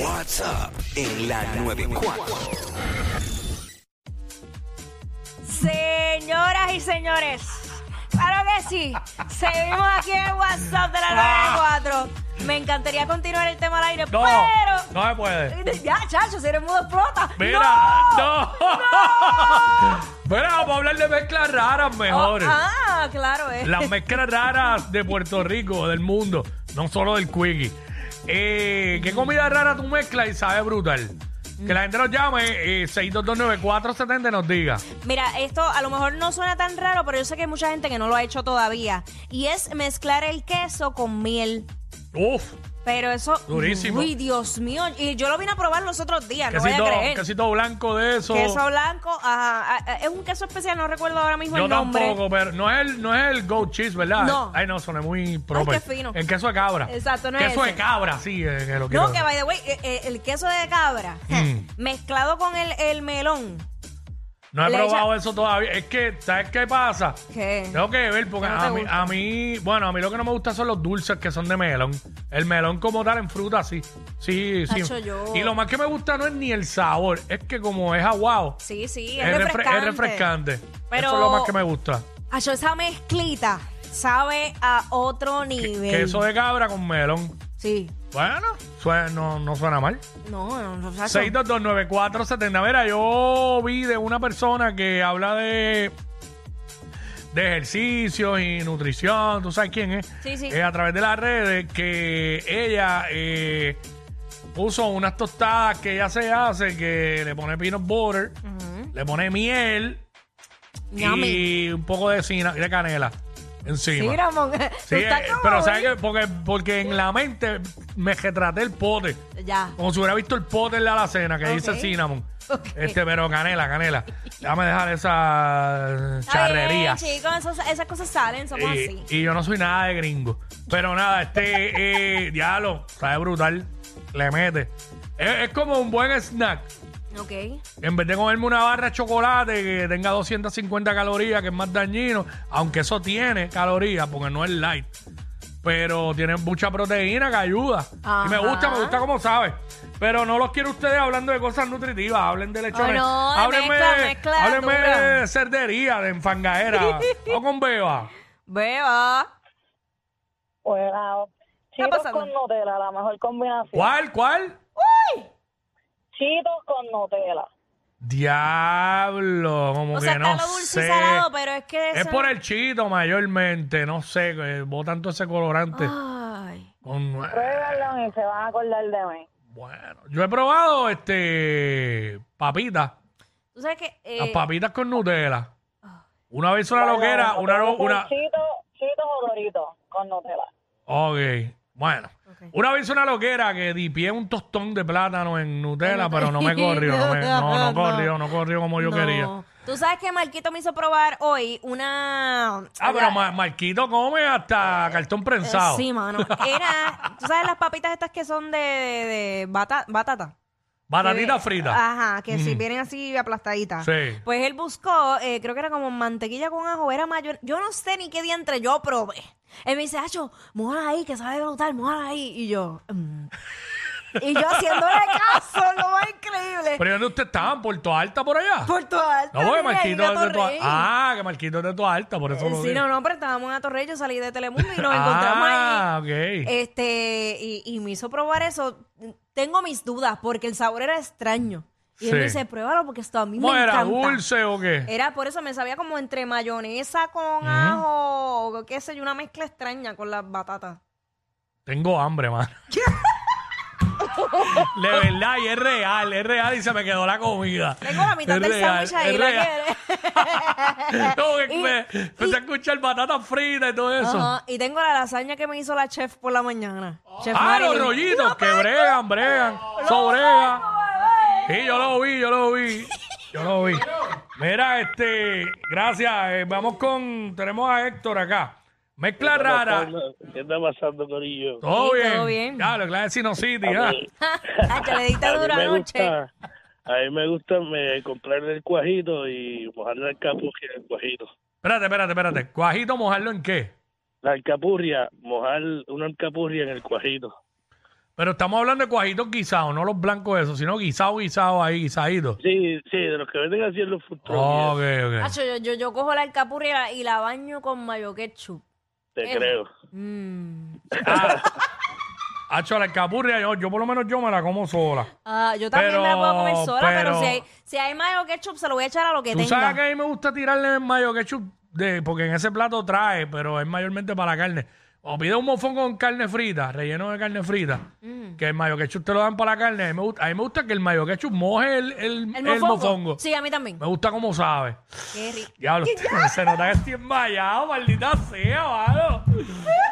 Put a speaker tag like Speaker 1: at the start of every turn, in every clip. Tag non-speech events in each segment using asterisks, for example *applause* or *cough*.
Speaker 1: What's up en la 94.
Speaker 2: Señoras y señores, claro que sí, seguimos aquí en WhatsApp
Speaker 3: Ah.
Speaker 2: de la 94. Me encantaría continuar el tema al aire,
Speaker 3: No,
Speaker 2: pero.
Speaker 3: no se puede.
Speaker 2: Ya, chacho, si eres mudo, explota.
Speaker 3: Mira, no.
Speaker 2: ¡No!
Speaker 3: *laughs* Mira, vamos a hablar de mezclas raras
Speaker 2: Oh,
Speaker 3: mejor.
Speaker 2: ah, claro, eh.
Speaker 3: Las mezclas raras de Puerto Rico, del mundo, no solo del Quickie. Eh, ¿Qué comida rara tú mezclas y sabe brutal? Que la gente nos llame, eh, 6229470 y nos diga.
Speaker 2: Mira, esto a lo mejor no suena tan raro, pero yo sé que hay mucha gente que no lo ha hecho todavía. Y es mezclar el queso con miel.
Speaker 3: Uf,
Speaker 2: Pero eso.
Speaker 3: Durísimo.
Speaker 2: Uy, Dios mío. Y yo lo vine a probar los otros días, no voy a
Speaker 3: quesito,
Speaker 2: creer.
Speaker 3: quesito blanco de eso.
Speaker 2: Queso blanco, ajá, ah, ah, es un queso especial, no recuerdo ahora mismo
Speaker 3: Yo
Speaker 2: el nombre.
Speaker 3: tampoco, pero no es el, no es el goat cheese, ¿verdad?
Speaker 2: No.
Speaker 3: Ay, no, suena muy proper.
Speaker 2: qué fino.
Speaker 3: El queso de cabra.
Speaker 2: Exacto, no es
Speaker 3: Queso de
Speaker 2: ese.
Speaker 3: cabra, sí, eh, que lo quiero.
Speaker 2: No, que by the way, eh, eh, el queso de cabra eh,
Speaker 3: Mm.
Speaker 2: mezclado con el, el melón.
Speaker 3: No he
Speaker 2: Le
Speaker 3: probado eso todavía. Es que, ¿sabes qué pasa?
Speaker 2: ¿Qué?
Speaker 3: Tengo que ver, porque
Speaker 2: ¿Qué no te
Speaker 3: a, mí,
Speaker 2: gusta?
Speaker 3: a mí- bueno, a mí lo que no me gusta son los dulces que son de melón. El melón como tal en fruta, sí. Sí, sí.
Speaker 2: Nacho, yo-
Speaker 3: Y lo más que me gusta no es ni el sabor, es que como es aguado,
Speaker 2: Sí, sí,
Speaker 3: es,
Speaker 2: es,
Speaker 3: refre-
Speaker 2: refrescante.
Speaker 3: es refrescante.
Speaker 2: Pero-
Speaker 3: Eso es lo más que me gusta.
Speaker 2: Acho, esa mezclita sabe a otro nivel.
Speaker 3: Queso de cabra con melón.
Speaker 2: Sí.
Speaker 3: Bueno, suena- no, no suena mal.
Speaker 2: No, no, no, Acho.
Speaker 3: 6229470. Mira, yo vi de una persona que habla de, de ejercicio y nutrición, tú sabes quién es,
Speaker 2: Sí, sí.
Speaker 3: Eh, a través de las redes, que ella eh, puso unas tostadas que ella se hace, que le pone peanut butter,
Speaker 2: Ujú.
Speaker 3: le pone miel
Speaker 2: Yummy.
Speaker 3: y un poco de, cina, de canela encima.
Speaker 2: Sí, Ramón. *laughs*
Speaker 3: Sí, eh, pero ¿sabes qué? Porque, porque en la mente me retraté el pote.
Speaker 2: que... Ya.
Speaker 3: Como si hubiera visto el pote en la alacena que
Speaker 2: Ok.
Speaker 3: dice cinnamon.
Speaker 2: Ok.
Speaker 3: Este, pero canela, canela. Déjame dejar
Speaker 2: Está
Speaker 3: esas
Speaker 2: bien,
Speaker 3: charrerías.
Speaker 2: chicos, esas, esas cosas salen, somos así.
Speaker 3: Y, y yo no soy nada de gringo. Pero nada, este eh, diablo, sabe brutal. Le mete. Es, es como un buen snack.
Speaker 2: Ok.
Speaker 3: En vez de comerme una barra de chocolate que tenga 250 calorías, que es más dañino, aunque eso tiene calorías, porque no es light. Pero tiene mucha proteína que ayuda. Y me
Speaker 2: Ajá.
Speaker 3: gusta, me gusta como sabe. Pero no los quiero ustedes hablando de cosas nutritivas. Hablen de lechones.
Speaker 2: Ay, no, de
Speaker 3: háblenme,
Speaker 2: mezcla, mezcla
Speaker 3: háblenme
Speaker 2: dura.
Speaker 3: de cerdería, de enfangadera. o con beba.
Speaker 2: Beba.
Speaker 4: Bueno,
Speaker 2: está
Speaker 4: chitos
Speaker 2: pasando?
Speaker 4: con Nutella, la mejor combinación.
Speaker 3: ¿Cuál, cuál?
Speaker 4: Chitos con Nutella.
Speaker 3: Diablo, como
Speaker 2: O
Speaker 3: que
Speaker 2: sea,
Speaker 3: no
Speaker 2: está lo dulce
Speaker 3: sé.
Speaker 2: y salado, pero es que.
Speaker 3: Es
Speaker 2: eso
Speaker 3: por
Speaker 2: no-
Speaker 3: el chito mayormente, no sé, eh, botan todo ese colorante.
Speaker 2: Ay.
Speaker 3: Con-
Speaker 4: Pruébenlo y se van a acordar de mí.
Speaker 3: bueno, yo he probado este papitas,
Speaker 2: Tú sabes que. eh, Ah.
Speaker 3: las papitas con Nutella. Una vez hice una loquera, una no- una
Speaker 4: Chitos, chitos o Doritos con Nutella.
Speaker 3: Ok, bueno.
Speaker 2: Ok.
Speaker 3: Una vez hice una loquera que dipié un tostón de plátano en Nutella, pero no me corrió, no,
Speaker 2: *laughs*
Speaker 3: me- no, no corrió, no corrió como yo
Speaker 2: no.
Speaker 3: quería.
Speaker 2: Tú sabes que Marquito me hizo probar hoy una.
Speaker 3: Ah, pero
Speaker 2: la-
Speaker 3: Ma- Marquito come hasta cartón
Speaker 2: eh,
Speaker 3: prensado.
Speaker 2: Sí, mano. Era. Tú sabes las papitas estas que son de, de- de bata- batata.
Speaker 3: Batatita
Speaker 2: Que-
Speaker 3: frita. Mm.
Speaker 2: Ajá, que si vienen así aplastaditas.
Speaker 3: Sí.
Speaker 2: Pues él buscó, eh, creo que era como mantequilla con ajo, era mayor. Yo no sé ni qué día entre yo probé. Él me dice, Acho, moja ahí, que sabe brutal, moja ahí. Y yo. mm. Y yo haciéndole caso, lo más increíble.
Speaker 3: Pero ¿y ¿dónde usted estaba? ¿En Puerto Alta por allá?
Speaker 2: Por toda alta.
Speaker 3: No,
Speaker 2: nena,
Speaker 3: porque
Speaker 2: ahí en
Speaker 3: Marquito es de
Speaker 2: Gatorrey.
Speaker 3: Toa Ah, que Marquito es de Toa Alta, por eso lo
Speaker 2: Sí,
Speaker 3: digo.
Speaker 2: no, no, pero estábamos en Atorrey, yo salí de Telemundo y nos
Speaker 3: *laughs*
Speaker 2: encontramos ahí.
Speaker 3: Ah, ok.
Speaker 2: Este, y, y me hizo probar eso. Tengo mis dudas porque el sabor era extraño. Y él
Speaker 3: Sí.
Speaker 2: me dice, pruébalo porque esto a mí
Speaker 3: ¿Cómo
Speaker 2: me
Speaker 3: era?
Speaker 2: encanta. Eh.
Speaker 3: ¿Dulce o qué?
Speaker 2: Era por eso, me sabía como entre mayonesa con ajo, o qué sé yo, una mezcla extraña con las batatas.
Speaker 3: Tengo hambre, mano. De verdad, y es real, es real y se me quedó la comida.
Speaker 2: Tengo la mitad
Speaker 3: Es
Speaker 2: del
Speaker 3: real,
Speaker 2: sándwich ahí,
Speaker 3: es
Speaker 2: ¿la
Speaker 3: real.
Speaker 2: quieres?
Speaker 3: No, que
Speaker 2: Y-
Speaker 3: me, empecé a
Speaker 2: y-
Speaker 3: escuchar patatas fritas y todo *laughs* eso.
Speaker 2: Ajá, y tengo la lasaña que me hizo la chef por la mañana. Chef
Speaker 3: Ah, los
Speaker 2: Marilyn. *laughs*
Speaker 3: rollitos que bregan, bregan, sobregan. Sí, yo lo vi, yo
Speaker 2: *laughs*
Speaker 3: lo vi. Yo lo vi. Mira, este, gracias. eh, vamos con, tenemos a Héctor acá. Mezcla rara.
Speaker 5: ¿Qué está pasando, Corillo?
Speaker 3: Todo
Speaker 2: Sí,
Speaker 3: bien.
Speaker 2: todo bien.
Speaker 3: Ya, lo que la Sino City, ¿ah?
Speaker 2: Hacho, le diste
Speaker 5: A mí
Speaker 2: dura
Speaker 5: me
Speaker 2: noche.
Speaker 5: gusta, a mí me gusta me, comprarle el cuajito y mojarle la alcapurria en el cuajito.
Speaker 3: Espérate, espérate, espérate. ¿Cuajito mojarlo en qué?
Speaker 5: La alcapurria, mojar una alcapurria en el cuajito.
Speaker 3: Pero estamos hablando de cuajitos guisados, no los blancos esos, sino guisado, guisado ahí, guisadito.
Speaker 5: Sí, sí, de los que venden así en los food trucks,
Speaker 3: Ok, ok.
Speaker 2: Hacho, Ah, yo, yo, yo cojo la alcapurria y la- y la baño con mayo ketchup.
Speaker 5: te
Speaker 2: eh.
Speaker 5: creo.
Speaker 2: Mm.
Speaker 3: Hacho, la capurria, yo, yo por lo menos yo me la como sola.
Speaker 2: Ah, yo también me la puedo comer
Speaker 3: Pero-
Speaker 2: sola, pero,
Speaker 3: pero-
Speaker 2: si, hay, si hay mayo ketchup se lo voy a echar a lo que
Speaker 3: Tú
Speaker 2: tenga.
Speaker 3: sabes que a mí me gusta tirarle el mayo ketchup, de, porque en ese plato trae, pero es mayormente para la carne. O pide un mofón con carne frita, relleno de carne frita,
Speaker 2: Mm.
Speaker 3: que el mayo ketchup te lo dan para la carne. A mí me gusta, a mí me gusta que el mayo ketchup moje el, el,
Speaker 2: ¿El
Speaker 3: el
Speaker 2: mofongo?
Speaker 3: mofongo.
Speaker 2: Sí, a mí también.
Speaker 3: Me gusta como sabe.
Speaker 2: Qué rico.
Speaker 3: Diablo, *laughs* se nota que estoy enmayado, maldita sea, mano.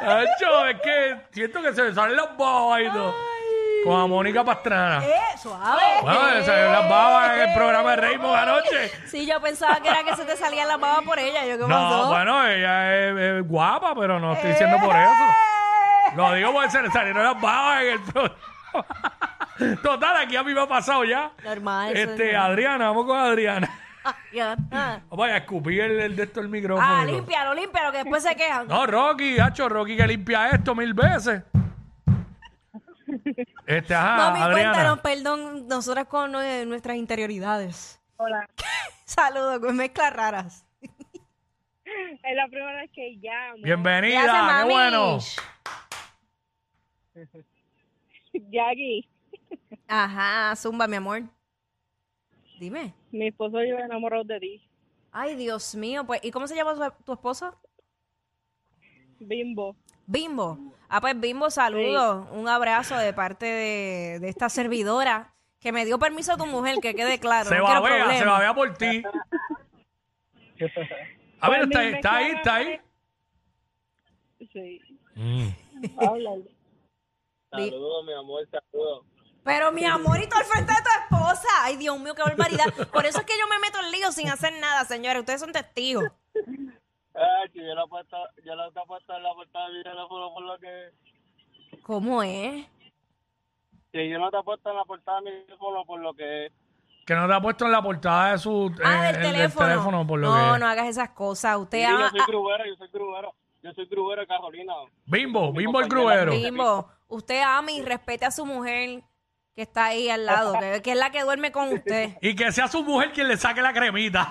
Speaker 3: Hacho, es que siento que se me salen las babas y todo. Con a Mónica Pastrana.
Speaker 2: Eh, suave.
Speaker 3: Bueno, se me salieron las babas en el programa de Raymond anoche.
Speaker 2: Sí, yo pensaba que era que se te salían las babas por ella. Yo, ¿qué
Speaker 3: No,
Speaker 2: pasó? Eh.
Speaker 3: bueno, ella es, es guapa, pero no estoy diciendo por eso. Lo digo porque se le salieron las babas en el programa. *laughs* Total, aquí a mí me ha pasado ya.
Speaker 2: Normal, eso
Speaker 3: Este,
Speaker 2: es
Speaker 3: Adriana, vamos con Adriana.
Speaker 2: Ah, ya. Ah,
Speaker 3: Vaya, escupí el, el de esto el micrófono.
Speaker 2: Ah,
Speaker 3: y todo.
Speaker 2: límpialo, límpialo, que después se quejan.
Speaker 3: No, Rocky, hacho, Rocky que limpia esto mil veces. Este, ajá,
Speaker 2: Mami,
Speaker 3: Adriana.
Speaker 2: cuéntanos, perdón, nosotras con eh, nuestras interioridades.
Speaker 6: Hola.
Speaker 2: Saludos, con mezclas raras.
Speaker 6: Es la primera vez que llamo.
Speaker 3: Bienvenida,
Speaker 2: Gracias,
Speaker 3: qué
Speaker 2: mami.
Speaker 3: bueno.
Speaker 6: Jackie,
Speaker 2: Ajá, zumba, mi amor. Dime.
Speaker 6: mi esposo y yo enamorados de ti.
Speaker 2: Ay, Dios mío, pues, ¿y cómo se llama su- tu esposo?
Speaker 6: Bimbo.
Speaker 2: Bimbo. Ah, pues Bimbo, saludos. Un abrazo de parte de, de esta servidora que me dio permiso a tu mujer, que quede claro.
Speaker 3: Se
Speaker 2: no quiero
Speaker 3: babea, se
Speaker 2: problemas.
Speaker 3: babea por ti. A ver, está, ahí, está ahí, está ahí.
Speaker 6: Sí.
Speaker 3: Mm.
Speaker 2: Di-
Speaker 5: Saludos, mi amor, saludos.
Speaker 2: Pero mi amorito al frente de tu esposa. Ay, Dios mío, qué barbaridad. Por eso es que yo me meto en lío sin hacer nada, señores. Ustedes son testigos.
Speaker 5: Ah, yo la he puesto, yo la he puesto en la portada de mi teléfono por lo que...
Speaker 2: ¿Cómo es?
Speaker 3: Eh,
Speaker 5: Que yo no te he puesto en la portada de mi teléfono por lo que
Speaker 3: Que no te ha puesto en la portada de su
Speaker 2: Ah,
Speaker 3: eh,
Speaker 2: del
Speaker 3: el- del
Speaker 2: teléfono.
Speaker 3: teléfono, por lo
Speaker 2: no,
Speaker 3: que.
Speaker 2: no hagas esas cosas. Usted
Speaker 5: Sí,
Speaker 2: ama
Speaker 5: yo soy grubero, yo soy grubero. Yo soy grubero, Carolina.
Speaker 3: Bimbo, Bimbo el
Speaker 5: compañera.
Speaker 3: grubero.
Speaker 2: Bimbo, usted ama y respete a su mujer que está ahí al lado, que, que es la que duerme con usted.
Speaker 3: Y que sea su mujer quien le saque la cremita.